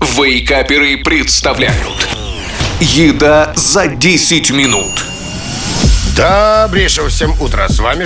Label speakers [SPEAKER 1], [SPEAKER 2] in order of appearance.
[SPEAKER 1] Вейкаперы представляют Еда за 10 минут
[SPEAKER 2] Добрейшего всем утра, с вами